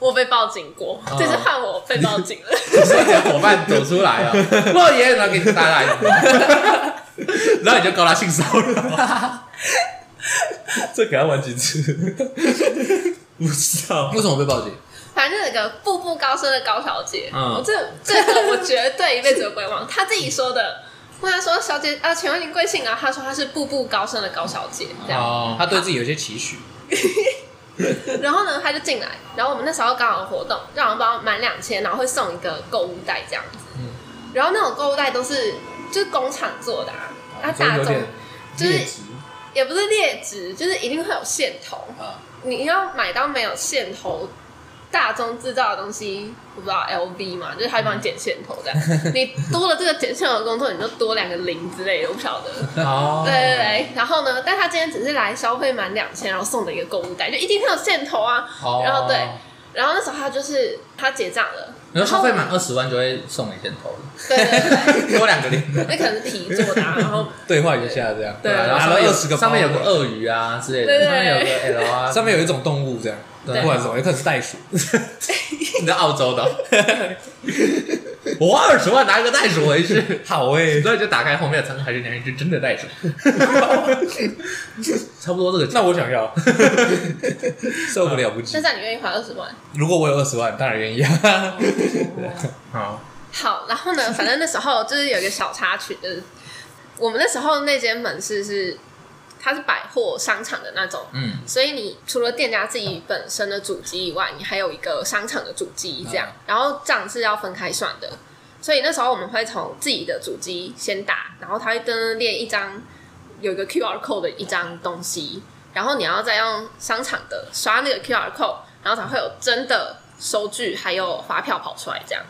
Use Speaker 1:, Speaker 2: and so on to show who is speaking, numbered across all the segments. Speaker 1: 我被报警过，
Speaker 2: 哦
Speaker 1: 这次换我被报警了。
Speaker 2: 你说你的伙伴走出来啊，落爷，然后给你打来， 然后你就告他性骚扰，
Speaker 3: 这给他玩几次？ 不知道
Speaker 2: 为，什么被报警？
Speaker 1: 反正那个步步高升的高小姐，
Speaker 2: 嗯
Speaker 1: 我这这个我绝对一辈子都不会忘。她自己说的，问她说：“小姐，啊，请问您贵姓啊？”她说：“她是步步高升的高小姐。”这样，
Speaker 2: 哦，他对自己有些期许，
Speaker 1: 然后呢，她就进来，然后我们那时候刚好有活动，让红包满两千，然后会送一个购物袋这样子。然后那种购物袋都是就是工厂做的啊，啊，
Speaker 3: 所以
Speaker 1: 大
Speaker 3: 有
Speaker 1: 众
Speaker 3: 点
Speaker 1: 就是
Speaker 3: 劣质
Speaker 1: 也不是劣质，就是一定会有线头。
Speaker 2: 啊
Speaker 1: 你要买到没有线头，大宗制造的东西，我不知道 LV 嘛，就是他会帮你剪线头 这样。你多了这个剪线头的工作，你就多两个零之类的，我不晓得。
Speaker 3: 哦
Speaker 1: 对对对，然后呢？但他今天只是来消费满两千，然后送的一个购物袋，就一定会有线头啊。
Speaker 2: 哦
Speaker 1: 然后对，然后那时候他就是他结账了，
Speaker 2: 你说消费满二十万就会送你线 头，
Speaker 1: 对对对对，
Speaker 2: 多两个零。
Speaker 1: 那可能是皮做的、啊，然 后
Speaker 3: 对话一下这样，
Speaker 1: 对
Speaker 2: 啊然后
Speaker 3: 拿
Speaker 2: 上
Speaker 3: 了
Speaker 2: 面有
Speaker 3: 二十个包
Speaker 2: 上面有个鳄鱼啊之类
Speaker 1: 对对
Speaker 2: 的，上面有个 L 啊，
Speaker 3: 上面有一种动物这样，不
Speaker 2: 对
Speaker 3: 管什么，有可能是袋鼠。
Speaker 2: 你在澳洲的 哦，我花二十万拿一个袋鼠回去，
Speaker 3: 好哎，
Speaker 2: 所以就打开后面的仓库，还是那一只真的 袋鼠，差不多这个钱。啊
Speaker 3: 那我想要， 受不了不及
Speaker 1: 现。在你愿意花二十万？
Speaker 3: 如果我有二十万，当然愿意啊。
Speaker 2: 好，
Speaker 1: 好，然后呢，反正那时候就是有一个小插曲，就是我们那时候那间门市是它是百货商场的那种，
Speaker 2: 嗯，
Speaker 1: 所以你除了店家自己本身的主机以外，你还有一个商场的主机这样，然后账是要分开算的。所以那时候我们会从自己的主机先打，然后它会登登列一张有一个 QR code 的一张东西，然后你要再用商场的刷那个 QR code，然后才会有真的收据还有发票跑出来这样。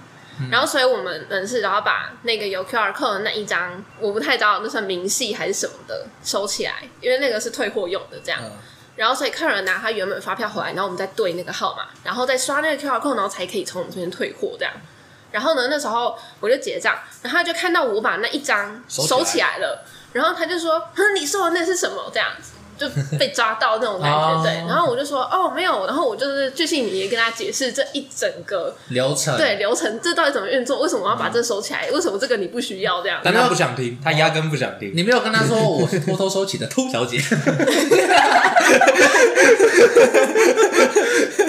Speaker 1: 然后，所以我们人事然后把那个有 QR code 的那一张，我不太知道那算明细还是什么的收起来，因为那个是退货用的这样。
Speaker 3: 嗯
Speaker 1: 然后所以客人拿他原本发票回来，然后我们再对那个号码，然后再刷那个 QR code，然后才可以从我们这边退货这样。然后呢，那时候我就结账，然后他就看到我把那一张
Speaker 3: 收起来
Speaker 1: 收起来了，然后他就说：“哼，你说的那是什么？”这样子就被抓到那种 感
Speaker 2: 哦
Speaker 1: 觉，对。然后我就说：“哦，没有。”然后我就是巨细靡遗跟他解释这一整个
Speaker 2: 流程
Speaker 1: 对流程，这到底怎么运作？为什么我要把这收起来？为什么这个你不需要？这样。
Speaker 3: 但他不想听，他压根不想听。
Speaker 2: 你没有跟他说我是偷偷收起的偷小姐，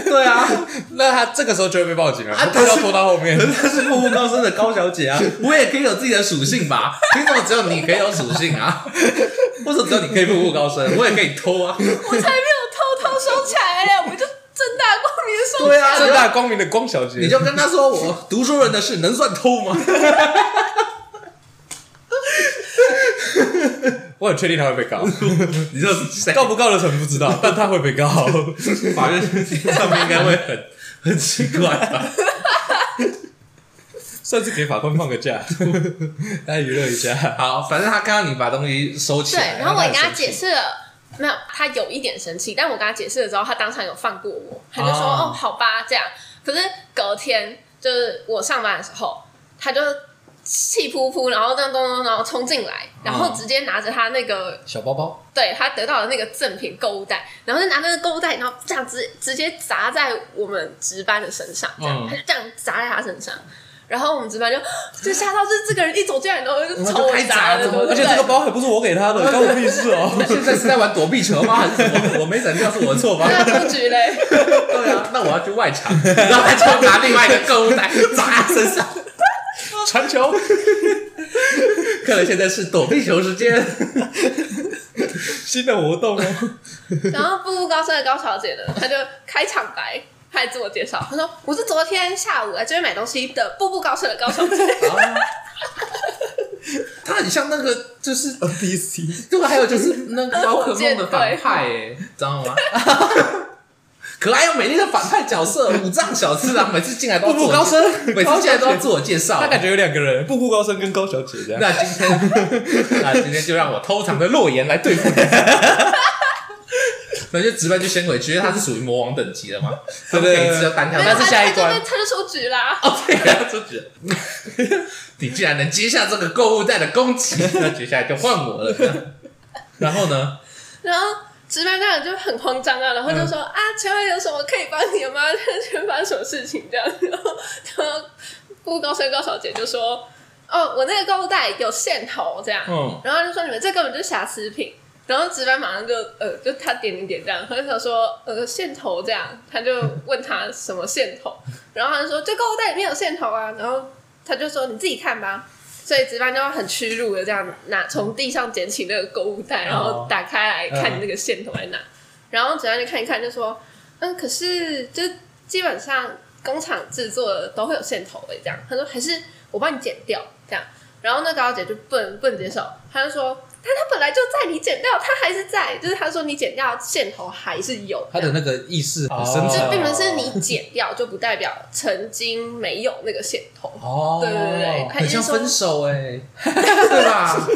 Speaker 2: 对啊，
Speaker 3: 那他这个时候就会被报警了，
Speaker 2: 啊
Speaker 3: 他要拖到后面。
Speaker 2: 她是步步高升的高小 姐啊，我也可以有自己的属性吧？凭什么只有你可以有属性啊？为什么只有你可以步步高升？我也可以偷啊！
Speaker 1: 我才没有偷偷收起来嘞，我就正大光明地收起
Speaker 2: 对啊
Speaker 1: 来。
Speaker 3: 正大光明的光 小姐，
Speaker 2: 你就跟他说我 读书人的事能算偷吗？
Speaker 3: 我很确定他会被告，
Speaker 2: 你这谁
Speaker 3: 告不告的成不知道， 但他会被告。
Speaker 2: 法院上面应该会 很很奇怪吧？
Speaker 3: 算是给法官放 个假， 来娱乐一下。
Speaker 2: 好，反正他看到你把东西收起
Speaker 1: 对
Speaker 2: 来，，
Speaker 1: 然后我也跟他
Speaker 2: 很生气
Speaker 1: 解，释了。没有，他有一点生气，但我跟他解释了之后，他当场有放过我，他就说：“
Speaker 2: 哦
Speaker 1: 哦好吧，这样。”可是隔天就是我上班的时候，他就气扑扑，然后这样咚咚咚，然后冲进来，然后直接拿着他那个
Speaker 3: 小包包，
Speaker 1: 对他得到的那个赠品购物袋，然后就拿那个购物袋，然后这样直直接砸在我们值班的身上，这样、
Speaker 2: 嗯
Speaker 1: 他就这样砸在他身上，然后我们值班就啊就吓到，就是这个人一走进来，然后就
Speaker 3: 啊
Speaker 2: 就
Speaker 1: 朝我
Speaker 2: 开砸
Speaker 1: 砸
Speaker 2: 了
Speaker 1: 的，对不对
Speaker 3: 而且这个包还不是我给他的，关我屁事哦。
Speaker 2: 现在是在玩躲避球吗？还是什 么？我没闪掉是我的错吗？
Speaker 1: 那出局嘞，
Speaker 2: 对啊，那我要去外场， 然后他就拿另外一个购物袋砸他身 上。
Speaker 3: 传球，
Speaker 2: 客人现在是躲避球时 间，
Speaker 3: 啊新的活动哦。
Speaker 1: 然后步步高升的高小姐呢，她就开场白，她还自我介绍，她说我是昨天下午来这边买东西的步步高升的高小姐，
Speaker 2: 他很像那个就是。
Speaker 3: NPC，
Speaker 2: 对，啊还有就是那个宝可梦的反派、欸，知道吗？ 可爱又美丽的反派角色五藏小次啊郎，每次进来都要
Speaker 3: 步步高
Speaker 2: 自我
Speaker 3: 升，
Speaker 2: 每次进来都要自我介绍
Speaker 3: 他。感觉有两个人，步步高升跟高小姐这 样。
Speaker 2: 那今天，那今天就让我偷藏的诺言来对付你。那就值班就先回去，因为他是属于魔王等 级的嘛，
Speaker 3: 对
Speaker 2: 他们
Speaker 3: 对
Speaker 2: 可以
Speaker 3: 对
Speaker 2: 直接单挑。
Speaker 1: 没有
Speaker 2: 但是
Speaker 1: 她
Speaker 2: 下
Speaker 3: 下一关
Speaker 1: 她就被她就出局啦。
Speaker 2: 哦，对啊，就觉得 你竟然能接下这个购物袋的攻击，那接下来就换我了。这样然后呢？
Speaker 1: 然后值班大人就很慌张啊，然后就说、啊，请问有什么可以帮你吗？请问发生什么事情这样？然后，然后顾高生高小姐就说，哦，我那个购物袋有线头这样，
Speaker 3: 嗯
Speaker 1: 然后他就说你们这根本就是瑕疵品。然后值班马上就呃，就他点点点这样，他就想说呃线头这样，他就问他什么线头， 然后他就说这购物袋里面有线头啊，然后他就说你自己看吧。所以值班就很屈辱的这样拿从地上捡起那个购物袋，然后打开来看那个线头在哪，然后值班就看一看就说嗯，可是就基本上工厂制作的都会有线头的这样，他说还是我帮你剪掉这样，然后那高姐就不能不能接受，她就说。他他本来就在，你剪掉，他还是在，就是他说你剪掉线头还是有，
Speaker 2: 他的那个意识很深
Speaker 1: 这
Speaker 3: 哦
Speaker 2: 层
Speaker 1: 样就并不是你剪掉就不代表曾经没有那个线头，
Speaker 2: 哦
Speaker 1: 对对对他
Speaker 2: 很
Speaker 1: 一直
Speaker 2: 像
Speaker 1: 说
Speaker 2: 分手哎、 对吧？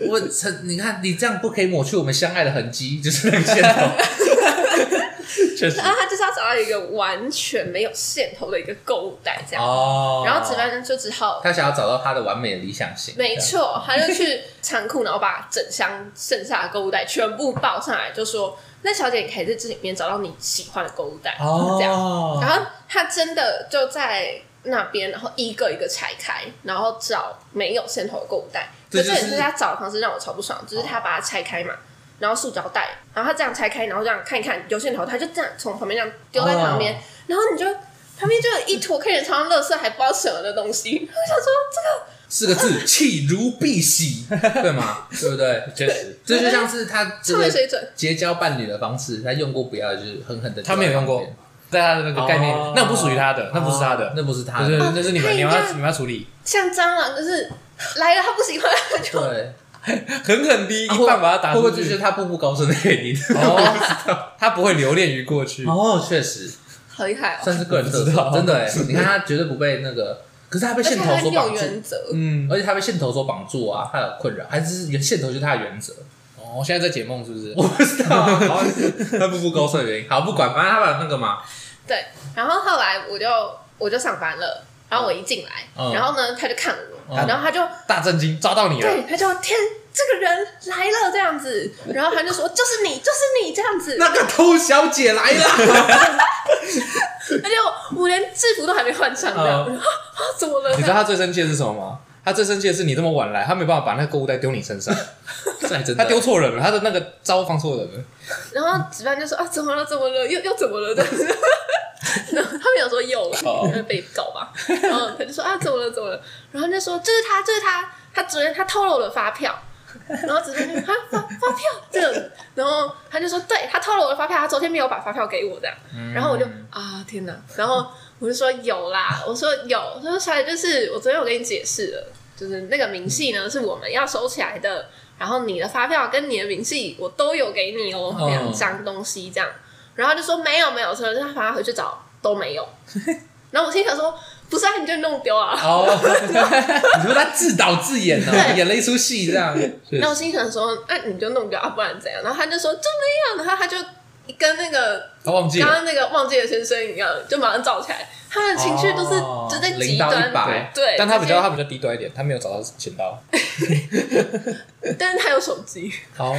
Speaker 2: 我曾你看你这样不可以抹去我们相爱的痕迹，就是那个线 头。
Speaker 3: 确实
Speaker 1: 然后他就是要找到一个完全没有线头的一个购物袋这样，
Speaker 2: 哦
Speaker 1: 然后值班就只好
Speaker 2: 他想要找到他的完美的理想型，
Speaker 1: 没错，他就去仓库，然后把整箱剩下的购物袋全部抱上来，就说：“那小姐，你可以在这里面找到你喜欢的购物袋。”
Speaker 2: 哦，
Speaker 1: 这样，然后他真的就在那边，然后一个一个拆开，然后找没有线头的购物袋。
Speaker 2: 这
Speaker 1: 这
Speaker 2: 就
Speaker 1: 这
Speaker 2: 是哦
Speaker 1: 也是他找的方式让我超不爽，就是他把它拆开嘛，然后塑胶袋，然后他这样拆开，然后这样看一看有线头，他就这样从旁边这样丢在旁
Speaker 2: 哦
Speaker 1: 边，然后你就旁边就有一坨看起来超像垃圾还包什么的东西，我想说这个。
Speaker 2: 四个字，气如敝屣，对吗？对不对？
Speaker 3: 确实，
Speaker 2: 这就像是他这
Speaker 1: 超没
Speaker 2: 个
Speaker 1: 水准，
Speaker 2: 结交伴侣的方式，他用过不要，就是狠狠的。
Speaker 3: 他没有用过，在他的那个概念
Speaker 2: 哦，
Speaker 3: 那不属于他的，那不是他
Speaker 2: 哦
Speaker 3: 的，
Speaker 2: 那不是他
Speaker 3: 不是，
Speaker 2: 的。
Speaker 3: 那是你们，
Speaker 1: 看一
Speaker 3: 你们
Speaker 1: 下
Speaker 3: 要你们要处理，
Speaker 1: 像蟑螂就是来了，他不喜 欢就
Speaker 2: 对，
Speaker 3: 狠狠地一
Speaker 2: 会
Speaker 3: 棒把他打
Speaker 2: 会不
Speaker 3: 出
Speaker 2: 会就
Speaker 3: 去
Speaker 2: 是。 他步步高升的原因？
Speaker 3: 哦，他不会留恋于过去。
Speaker 2: 哦，确实
Speaker 1: 好厉害哦，
Speaker 2: 算是个人特
Speaker 3: 不知
Speaker 2: 色，
Speaker 3: 道
Speaker 2: 真的哎。 你看他绝对不被那个，可是他被
Speaker 1: 而且
Speaker 2: 线头
Speaker 1: 他
Speaker 2: 所
Speaker 1: 很
Speaker 2: 绑
Speaker 1: 有
Speaker 2: 住，
Speaker 1: 原则，
Speaker 3: 嗯，
Speaker 2: 而且他被线头所绑住啊，他有困扰，还是线头就是他的原则。
Speaker 3: 哦，现在在解梦是不是？
Speaker 2: 我不知道啊，好像是他步步高升的原因。好，不管，反正他把那个嘛，
Speaker 1: 对。然后后来我就我就上班了，然后我一进来，
Speaker 2: 嗯
Speaker 1: 然后呢他就看我，
Speaker 2: 嗯
Speaker 1: 然后他就
Speaker 3: 大震惊，抓到你了
Speaker 1: 对，他就天这个人来了这样子，然后他就说就是你就是你这样子，
Speaker 2: 那个偷小姐来 了，
Speaker 1: 而且我我连制服都还没换上呢，我就啊啊怎么了
Speaker 3: 嗯哦你？知道他最生气的是什么吗？他最生气的是你这么晚来，他没办法把那个购物袋丢你身上，
Speaker 2: 这还真的。
Speaker 3: 他丢错人了，他的那个招放错人了。
Speaker 1: 然后值班就说啊怎么了怎么了又又怎么了这样子， 然后他们想说又了，
Speaker 3: 哦
Speaker 1: 因为被告吧，然后他就说啊怎么了怎么了，然后他就说这是他这是他，他昨天他偷了我的发票。然后值班就啊发发票这样子，然后他就说对他偷了我的发票，他昨天没有把发票给我这样，然后我就啊天哪，然后我就说有啦，我说有，他说小姐就是我昨天我跟你解释了，就是那个明细呢是我们要收起来的，然后你的发票跟你的明细我都有给你哦，
Speaker 2: 嗯
Speaker 1: 两张东西这样，然后他就说没有没有，所以他把他回去找都没有，然后我心想说不是啊你就弄丢啊，
Speaker 2: 哦， 你说他自导自演哦，
Speaker 1: 对
Speaker 2: 演了一出戏这样。
Speaker 1: 那我心想说，那、你就弄掉，啊、不然怎样？然后他就说就那样，然后他就跟那个
Speaker 3: 他忘记
Speaker 1: 刚
Speaker 3: 了，
Speaker 1: 刚那个忘记的先生一样，就马上燥起来。他们的情绪都是
Speaker 2: 哦
Speaker 1: 就在极
Speaker 2: 零到
Speaker 1: 端，
Speaker 2: 100
Speaker 1: 对，
Speaker 3: 但他比较
Speaker 1: 直
Speaker 3: 他比较低端一点，他没有找到钱包。
Speaker 1: 接，但是他有手机。
Speaker 2: 好，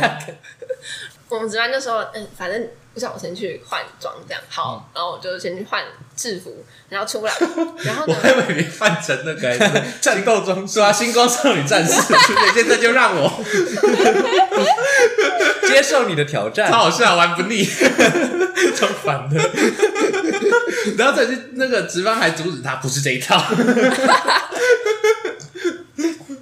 Speaker 1: 我们值班就说，嗯，反正不想我先去换装这样，好，然后我就先去换制服，然后出来，然后
Speaker 2: 我
Speaker 1: 呢，
Speaker 2: 还以为你换成那个欸
Speaker 3: 战斗装
Speaker 2: 是吧？啊星光少女战士，现在就让我，
Speaker 3: 接受你的挑战，
Speaker 2: 超好笑，玩不腻。
Speaker 3: 超烦 的。
Speaker 2: 然后再去那个值班还阻止他，不是这一 套。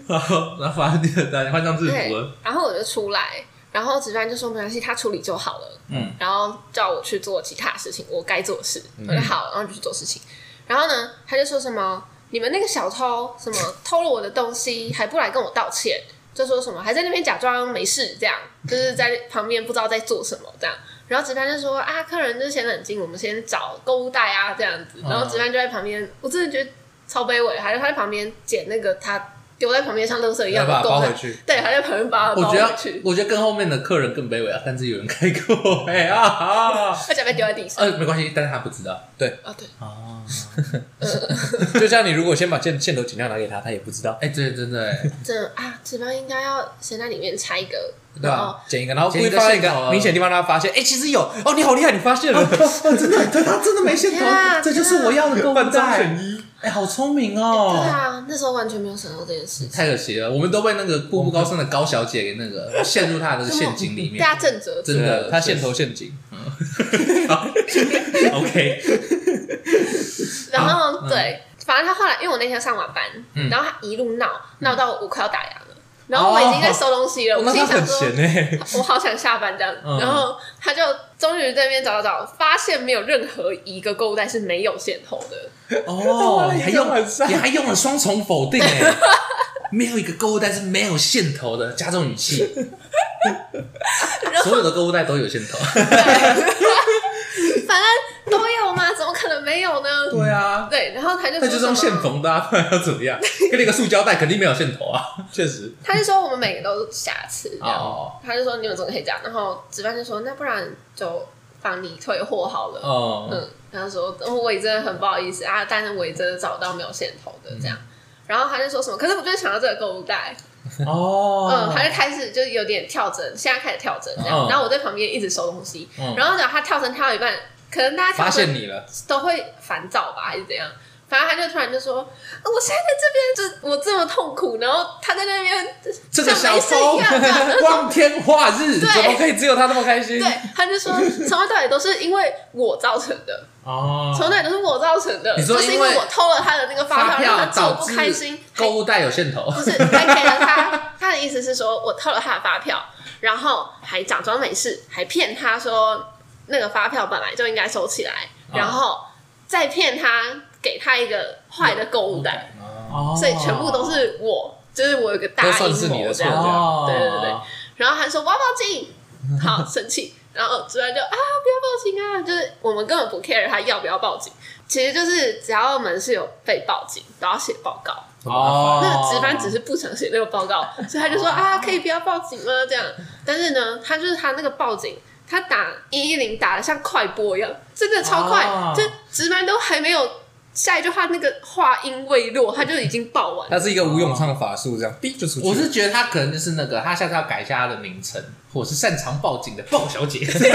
Speaker 2: 然后，然后反正你大家换上制服
Speaker 1: 对
Speaker 2: 了，，
Speaker 1: 然后我就出来，然后值班就说没关系，他处理就好了。
Speaker 2: 嗯，
Speaker 1: 然后叫我去做其他事情，我该做的事，
Speaker 3: 嗯
Speaker 1: 我就好，然后就去做事情。然后呢，他就说什么你们那个小偷什么偷了我的东西，还不来跟我道歉，就说什么还在那边假装没事，这样就是在旁边不知道在做什么这样。然后值班就说啊，客人就先冷静，我们先找购物袋啊这样子。
Speaker 3: 嗯
Speaker 1: 然后值班就在旁边，我真的觉得超卑微，还是他在旁边捡那个他丢在旁边像垃圾一样
Speaker 3: 要
Speaker 1: 的
Speaker 3: 把它
Speaker 1: 购物
Speaker 3: 包
Speaker 1: 袋
Speaker 3: 回去，
Speaker 1: 对，还在旁边把它
Speaker 2: 我
Speaker 1: 包
Speaker 2: 觉
Speaker 1: 回
Speaker 2: 得
Speaker 1: 去，
Speaker 2: 我觉得跟后面的客人更卑微啊，但是有人开过哎啊啊，
Speaker 1: 而且被丢在地上。
Speaker 2: 呃，没关系，但是他不知道。
Speaker 1: 啊，对，
Speaker 2: 哦，
Speaker 3: 就像你如果先把线线头尽量拿给他，他也不知道。
Speaker 2: 哎，对，真的哎，
Speaker 1: 这啊，值班应该要先在里面拆一个
Speaker 3: 对
Speaker 1: 然后
Speaker 3: 吧？剪一个，然后啊
Speaker 2: 剪
Speaker 3: 故
Speaker 2: 一
Speaker 3: 意
Speaker 2: 个
Speaker 3: 放在一
Speaker 2: 线头
Speaker 3: 个明显的地方，让他发现，哎，其实有哦，你好厉害，你发现了，
Speaker 2: 真的，对他真的没线头
Speaker 1: 天啊，
Speaker 2: 这就是我要的购
Speaker 3: 换
Speaker 2: 物
Speaker 3: 装
Speaker 2: 袋
Speaker 3: 选。一，
Speaker 2: 哎，好聪明
Speaker 1: 对
Speaker 2: 哦！
Speaker 1: 啊，那时候完全没有想到这件事情，
Speaker 2: 太可惜了，我们都被那个步步高升的高小姐给那 个陷入她的陷阱里
Speaker 1: 被
Speaker 2: 面。
Speaker 1: 他震折
Speaker 2: 真的
Speaker 3: 对他线头陷 阱，
Speaker 2: OK，
Speaker 1: 然后、对，反正他后来，因为我那天上晚班，
Speaker 2: 啊嗯
Speaker 1: 然后他一路闹闹到我快要打烊了，然后我已经
Speaker 2: 哦
Speaker 1: 在收东西了，我
Speaker 3: 那
Speaker 1: 心
Speaker 3: 他
Speaker 1: 想
Speaker 3: 很
Speaker 1: 说。
Speaker 3: 闲哎，
Speaker 1: 我好想下班这样，
Speaker 2: 欸嗯
Speaker 1: 然后他就终于在那边找找找，发现没有任何一个购物袋是没有线头的，
Speaker 2: 哦，你还用
Speaker 3: 晚上
Speaker 2: 你还用了双重否定哎、没有一个购物袋是没有线头的，加重语气。所有的购物袋都有线 头。
Speaker 1: 反正都有嘛，怎么可能没有呢？
Speaker 2: 对啊，
Speaker 1: 对，然后他就
Speaker 2: 那
Speaker 1: 说
Speaker 2: 就是用
Speaker 1: 什
Speaker 2: 线
Speaker 1: 么
Speaker 2: 缝的、 啊，不然要怎么样？跟那个塑胶袋肯定没有线头啊。
Speaker 3: 确实，
Speaker 1: 他就说我们每个都瑕疵这样，
Speaker 2: 哦
Speaker 1: 他就说你们怎么可以这样？然后值班就说那不然就帮你退货好了。
Speaker 2: 哦，
Speaker 1: 嗯，他就说哦我也真的很不好意思啊，但是我也真的找到没有线头的这样。
Speaker 2: 嗯
Speaker 1: 然后他就说什么？可是我就是想到这个购物袋，嗯，
Speaker 2: 哦，
Speaker 1: 他就开始就有点跳针，现在开始跳针这样。
Speaker 2: 嗯
Speaker 1: 然后我在旁边一直收东西，
Speaker 2: 嗯
Speaker 1: 然后呢，他跳针跳到一半，可能大家跳
Speaker 3: 发
Speaker 1: 针
Speaker 3: 现你了，
Speaker 1: 都会烦躁吧，还是怎样？反正他就突然就说：“呃我现在在这边，就我这么痛苦，然后他在那边
Speaker 2: 这个
Speaker 1: 像没
Speaker 2: 小
Speaker 1: 事一
Speaker 2: 偷
Speaker 1: 样这 样。 然后
Speaker 3: 光天化日，
Speaker 1: 对
Speaker 3: 怎么可以只有他那么开心？
Speaker 1: 对，他就说从头到尾都是因为我造成的，
Speaker 2: 哦，
Speaker 1: 从头到尾都是我造成的，
Speaker 2: 你说
Speaker 1: 就是因
Speaker 2: 因为
Speaker 1: 为我偷了他的那个发
Speaker 2: 发
Speaker 1: 票，让
Speaker 2: 票
Speaker 1: 他做
Speaker 2: 导
Speaker 1: 不
Speaker 2: 致
Speaker 1: 开心，还
Speaker 2: 购物袋有线头。
Speaker 1: 不是还给了他。他的意思是说我偷了他的发票，然后还假装没事，还骗他说那个发票本来就应该收起来，然后
Speaker 2: 哦
Speaker 1: 再骗他给他一个坏的购物袋。
Speaker 2: 哦
Speaker 1: 所以全部都是我，就是我有个大
Speaker 3: 都
Speaker 1: 阴
Speaker 3: 算是你
Speaker 1: 谋
Speaker 3: 的
Speaker 1: 这样。
Speaker 3: 错，这样
Speaker 2: 哦，
Speaker 1: 对对对对然后他说我要报警，好生气，然后主任就啊不要报警啊，就是我们根本不 care 他要不要报警，其实就是只要我们是有被报警都要写报告。
Speaker 2: 哦，
Speaker 1: 那个值班只是不想写那个报告，所以他就说啊可以不要报警吗？这样，但是呢，他就是他那个报警。他打一一零打的像快播一样，真的超快
Speaker 2: 哦
Speaker 1: 就值班都还没有下一句话那个话音未落，他就已经报完了
Speaker 3: 它是一个无咏唱法术，这样哔就出去了。
Speaker 2: 我 是觉得他可能就是那个，他下次要改一下他的名称，我是擅长报警的鲍小 姐。
Speaker 3: 没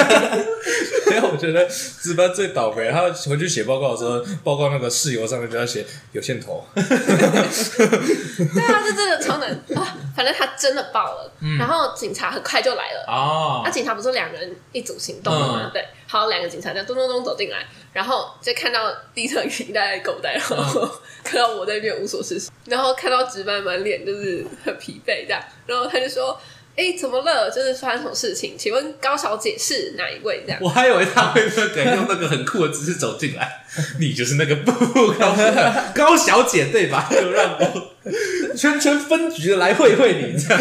Speaker 3: 哎有，我觉得值班最倒霉。他回去写报告的时候，报告那个事由上面就要写有线头，
Speaker 1: 对啊，这真的超难啊！反正他真的爆了，然后警察很快就来了。
Speaker 2: 嗯哦
Speaker 1: 那、，警察不是两个人一组行动的吗？
Speaker 2: 嗯
Speaker 1: 对，好，两个警察这样咚咚咚走进来，然后就看到地上有一袋狗袋，然后、
Speaker 2: 嗯
Speaker 1: 看到我在那边无所事事，然后看到值班满脸就是很疲惫这样，然后他就说：“哎、怎么了？就是发生什么事情？请问高小姐是哪一位？”这样，
Speaker 2: 我还以为他会那个用那个很酷的姿势走进来，你就是那个步步高升的 高小姐对吧？就让我全全分局的来会会你这样。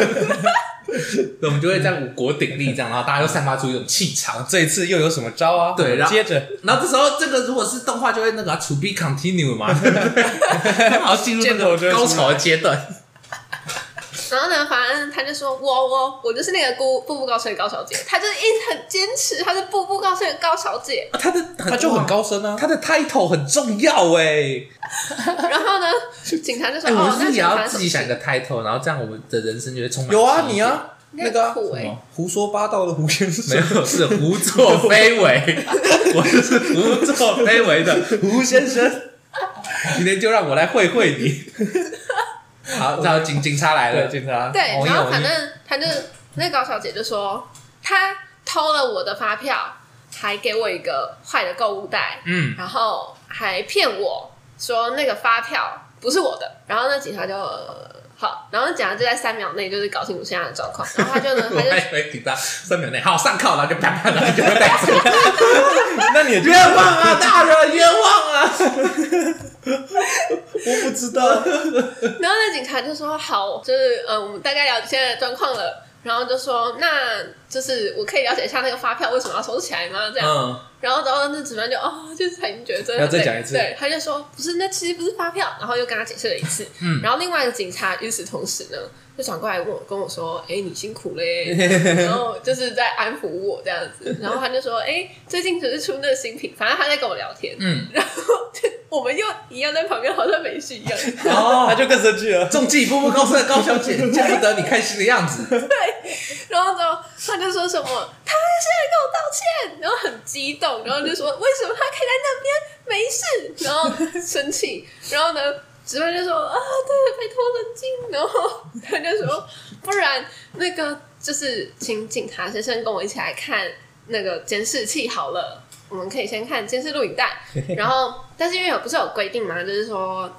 Speaker 2: 那我们就会在五国鼎立这样，然后大家都散发出一种气场。
Speaker 3: 这一次又有什么招啊？
Speaker 2: 对然后
Speaker 3: 接着
Speaker 2: 然后这时候，这个如果是动画，就会那个、啊、to be continue 嘛，对不对然后进入
Speaker 3: 箭头
Speaker 2: 那
Speaker 3: 就
Speaker 2: 个
Speaker 3: 会出
Speaker 2: 高
Speaker 3: 来
Speaker 2: 潮的阶段。
Speaker 1: 然后呢，反正他就说我我我就是那个姑步步高升的高小姐，她就是一直很坚持，她是步步高升的高小姐。
Speaker 2: 啊他的
Speaker 3: 他就很，高深啊，
Speaker 2: 他的 title 很重要哎、
Speaker 1: 然后 呢，警察就说：“
Speaker 2: 哎、我
Speaker 1: 哦
Speaker 2: 们，是
Speaker 1: 那
Speaker 2: 不是也
Speaker 1: 警察
Speaker 2: 要自己想一个 title，然后这样我们的人生就会充满
Speaker 3: 有啊，
Speaker 2: 意义
Speaker 3: 你啊，那个
Speaker 1: 很
Speaker 3: 啊
Speaker 1: 酷欸
Speaker 3: 什么胡说八道的胡先
Speaker 2: 没
Speaker 3: 生，
Speaker 2: 有，是胡作非为， 我就是胡作非为的胡先生。 今天就让我来会会 你。好，然后警警察来
Speaker 3: 对，
Speaker 2: 了，
Speaker 3: 警察，
Speaker 1: 对，
Speaker 2: 哦
Speaker 3: 王
Speaker 1: 然后
Speaker 3: 勇
Speaker 1: 反正他就那高小姐就说，她偷了我的发票，还给我一个坏的购物袋，
Speaker 2: 嗯，
Speaker 1: 然后还骗我说那个发票不是我的。然后那警察就、呃好，然后警察就在三秒内就是搞清楚现在的状况，然后他就 呢，
Speaker 2: 我
Speaker 1: 他就
Speaker 2: 还以为警察三秒内好上铐，然后就啪啪，然后就被带 走。
Speaker 3: 那你也就
Speaker 2: 冤枉啊，大人冤枉 啊！
Speaker 3: 我不知道，
Speaker 1: 然后那警察就说：“好，就是嗯，我们大概了解现在的状况了。”然后就说：“那就是我可以了解一下那个发票为什么要收起来吗？”这样，
Speaker 2: 嗯，
Speaker 1: 然后然后那值班就哦，就是他已经觉得真的
Speaker 3: 要
Speaker 1: 很
Speaker 3: 再
Speaker 1: 累
Speaker 3: 讲一次
Speaker 1: 对，他就说不是，那其实不是发票，然后又跟他解释了一次，
Speaker 2: 嗯
Speaker 1: 然后另外一个警察与此同时呢，就转过来问我跟我说，哎，你辛苦 嘞，然后就是在安抚我这样子，然后他就说，哎，最近只是出那个新品，反正他在跟我聊天，
Speaker 2: 嗯，
Speaker 1: 然后就我们又一样在旁边好像没事一样，
Speaker 2: 哦
Speaker 3: 他就更生气了。
Speaker 2: 中计步步高升的高小姐，见不得你开心的样子。
Speaker 1: 然后之后他就说什么，他现在跟我道歉，然后很激动，然后就说为什么他可以在那边没事，然后生气，然后呢，值班就说啊，对，拜托冷静，然后他就说，不然那个就是请警察先生跟我一起来看那个监视器好了，我们可以先看监视录影带，然后但是因为有不是有规定嘛，就是说。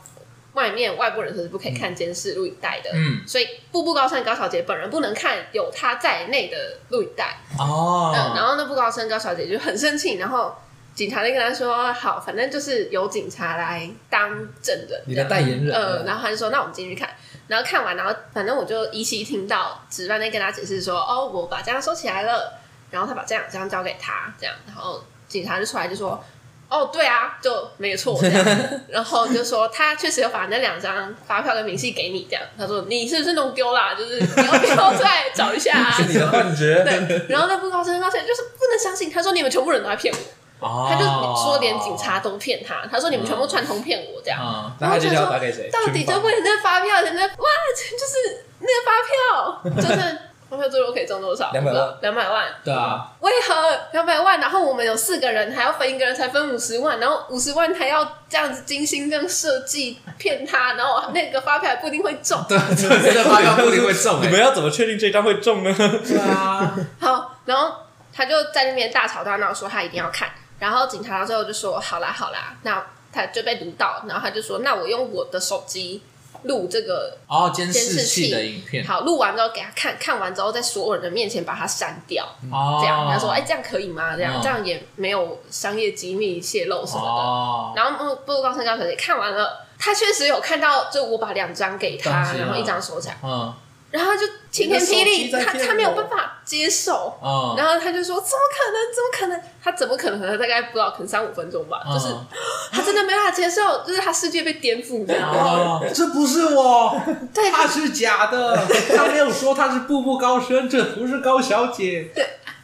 Speaker 1: 外面外部人士是不可以看监视录影带的，
Speaker 2: 嗯
Speaker 1: 所以《步步高升》高小姐本人不能看有她在内的录影带。
Speaker 2: 哦
Speaker 1: 嗯，然后那步高升高小姐就很生气，然后警察就跟她说：“好，反正就是由警察来当证人。”
Speaker 4: 你的代言人
Speaker 1: 呃，然后他就说：“那我们进去看。”然后看完，然后反正我就依稀听到值班在跟他解释说：“哦，我把这样收起来了。”然后他把这样这样交给他，这样，然后警察就出来就说：“哦，对啊，就没错。”这 样，然后就说他确实有把那两张发票跟明细给你，这样。他说：“你是不是弄丢啦？ 就是你要不要再找一下、啊？”
Speaker 3: 你的幻觉，
Speaker 1: 对，然后那不高声高声就是不能相信，他说你们全部人都在骗我，
Speaker 2: 哦
Speaker 1: 他就说连警察都骗他，他说你们全部串通骗我这样，
Speaker 2: 啊，
Speaker 4: 那他就要打给谁？
Speaker 1: 到底
Speaker 3: 军方
Speaker 1: 就为了那发票，人家哇，就是那个发票，就是发票最多可以中多少？
Speaker 3: 200万，
Speaker 1: 两百万，
Speaker 4: 对 啊，
Speaker 1: 为何两百万？然后我们有四个人，还要分一个人才分五十万，然后五十万还要这样子精心这样设计骗他，然后那个发票也不一定会中。
Speaker 2: 对，这个发票不一定会中
Speaker 3: 你
Speaker 2: 哎
Speaker 3: 们。要怎么确定这张会中呢？
Speaker 2: 对啊，
Speaker 1: 好，然后他就在那边大吵大闹，说他一定要看。然后警察最后就说：“好啦，好啦。”那他就被读到，然后他就说：“那我用我的手机录这个，
Speaker 2: 哦，监
Speaker 1: 视
Speaker 2: 视
Speaker 1: 器
Speaker 2: 器的影片，
Speaker 1: 好，录完之后给他看，看完之后在所有人的面前把它删掉。”
Speaker 2: 哦，
Speaker 1: 这样，他说：“哎、这样可以吗？
Speaker 4: 哦
Speaker 1: 这样、
Speaker 2: 嗯
Speaker 1: 这样也没有商业机密泄露什么的。
Speaker 2: 哦，
Speaker 1: 然后步步高升高小姐看完了，她确实有看到，就我把两张给
Speaker 2: 当
Speaker 1: 她，
Speaker 2: 然啊
Speaker 1: 然后一张收起来，
Speaker 2: 嗯
Speaker 1: 然后她就晴天霹雳，
Speaker 4: 你的手机在
Speaker 1: 她
Speaker 4: 骗
Speaker 1: 她没有
Speaker 4: 我哦
Speaker 1: 办法接受，
Speaker 2: 嗯，
Speaker 1: 然后他就说：“怎么可能？怎么可能？他怎么可能？他大概不知道，可能三五分钟吧，就是
Speaker 4: 哦
Speaker 2: 嗯
Speaker 1: 他真的没办法接受，就是他世界被颠覆这样。
Speaker 2: 哦，这不是我，
Speaker 1: 对
Speaker 2: 他是假的，他没有说他是步步高升，这不是高小姐。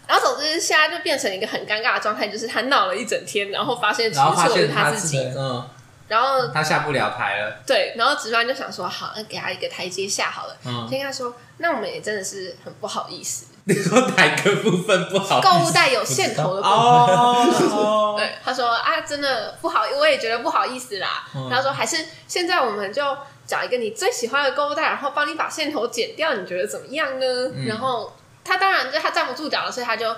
Speaker 1: 然后总之现在就变成一个很尴尬的状态，就是他闹了一整天，然后发现其实
Speaker 2: 然后发
Speaker 1: 错的是
Speaker 2: 现
Speaker 1: 他自
Speaker 2: 自
Speaker 1: 己。
Speaker 2: 嗯，
Speaker 1: 然后
Speaker 2: 他下不了台了，
Speaker 1: 对，然后值班就想说：好，那给他一个台阶下好了。
Speaker 2: 嗯，
Speaker 1: 先跟他说，那我们也真的是很不好意思，
Speaker 2: 你说哪个部分不好？
Speaker 1: 购物袋有线头的部分。
Speaker 2: 哦，
Speaker 1: 对，他说啊，真的不好，我也觉得不好意思啦。
Speaker 2: 嗯
Speaker 1: 他说还是现在我们就找一个你最喜欢的购物袋，然后帮你把线头剪掉，你觉得怎么样呢？然后他当然就他站不住脚了，所以他就、啊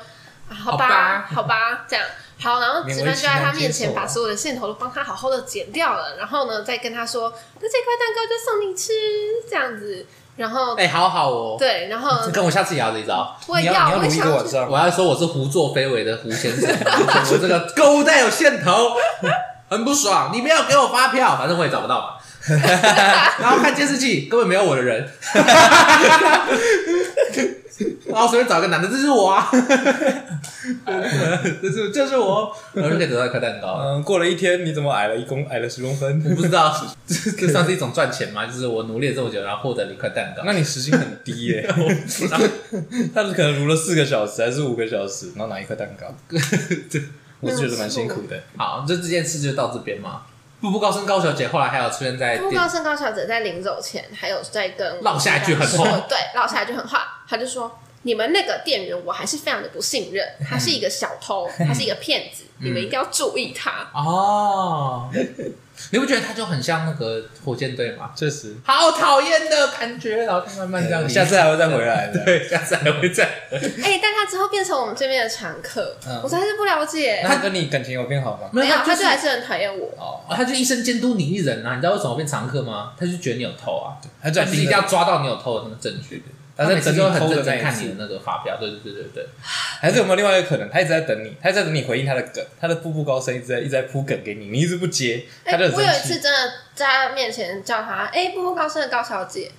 Speaker 1: 好吧，
Speaker 2: 好吧
Speaker 1: 好吧，这样好。然后值班就在他面前
Speaker 3: 勉为其难接受啊
Speaker 1: 把所有的线头都帮他好好的剪掉了，然后呢再跟他说，那这块蛋糕就送你吃，这样子。然后、
Speaker 2: 哎，好好哦，
Speaker 1: 对，然后
Speaker 2: 跟我下次也要这一招。
Speaker 1: 我
Speaker 3: 你
Speaker 1: 也
Speaker 3: 要
Speaker 1: 要，我
Speaker 3: 你
Speaker 1: 也
Speaker 3: 录一
Speaker 1: 想
Speaker 3: 个晚
Speaker 1: 要去，
Speaker 3: 上，
Speaker 2: 我要说我是胡作非为的胡先 生，我这个购物袋有线头，很不爽。你没有给我发票，反正我也找不到 嘛。然后看监视器，根本没有我的 人。然后随便找一个男的，这是我啊，这是这是我，然后就可以得到一颗蛋糕。
Speaker 3: 嗯，过了一天，你怎么矮了一公，矮了十公分？
Speaker 2: 我不知道，这这算是一种赚钱吗？就是我努力了这么久，然后获得了一块蛋 糕。
Speaker 3: 那你时薪很低耶、 他可能撸了四个小时还是五个小时，然后拿一块 蛋糕，我是觉得蛮辛苦的。
Speaker 2: 好，就这件事就到这边嘛。步步高升高小姐后来还有出现在
Speaker 1: 不
Speaker 2: 电
Speaker 1: 高升高小姐在临走前，还有在跟
Speaker 2: 落下一句狠
Speaker 1: 说
Speaker 2: 话，
Speaker 1: 对，落下一句狠话，他就说：“你们那个店员，我还是非常的不信任，他是一个小偷，他是一个骗子，你们一定要注意他。
Speaker 2: 哦，你不觉得他就很像那个火箭队吗？
Speaker 3: 确实，
Speaker 2: 好讨厌的感觉，然后就慢慢这样离
Speaker 3: 嗯
Speaker 2: 开，
Speaker 3: 下次还会再回来的。
Speaker 2: 对，下次还会再。
Speaker 1: 哎，但他之后变成我们这边的常客，
Speaker 2: 嗯
Speaker 1: 我实在是不了解。
Speaker 3: 他跟你感情有变好吗？
Speaker 1: 没有，
Speaker 2: 他
Speaker 1: 他
Speaker 2: 就
Speaker 1: 就是还是很讨厌我。
Speaker 2: 哦，他就一生监督你一人啊！你知道为什么我变常客吗？他就觉得你有偷啊，他
Speaker 3: 他转
Speaker 2: 就是一定要抓到你有偷的那个证据。
Speaker 3: 他在
Speaker 2: 每次
Speaker 3: 等你
Speaker 2: 就很
Speaker 3: 偷的
Speaker 2: 认
Speaker 3: 那
Speaker 2: 真看
Speaker 3: 一
Speaker 2: 你的
Speaker 3: 次，
Speaker 2: 那个发票，对对对对对。
Speaker 3: 还是有没有另外一个可能？他一直在等你，他一直在等你回应他的梗，他的步步高升一直在一直在铺梗给你，你一直不接，他
Speaker 1: 哎，
Speaker 3: 就很
Speaker 1: 我有一
Speaker 3: 生
Speaker 1: 次
Speaker 3: 气。
Speaker 1: 真的在他面前叫他“哎，步步高升的高小姐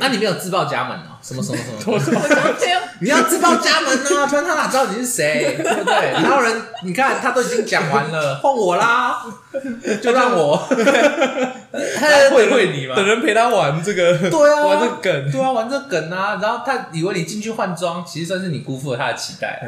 Speaker 2: 那你没有自报家门哦，什么什么什么？”，
Speaker 1: 我就没有。
Speaker 2: 你要自报家门啊，不然他哪知道你是 谁，对不对？哪有人？你看他都已经讲完了， 换我啦，就让我 会会你嘛。
Speaker 3: 等人陪他玩这个，
Speaker 2: 对啊，
Speaker 3: 玩这个梗，
Speaker 2: 对啊，玩这个梗啊，然后他以为你进去换装，其实算是你辜负了他的期待。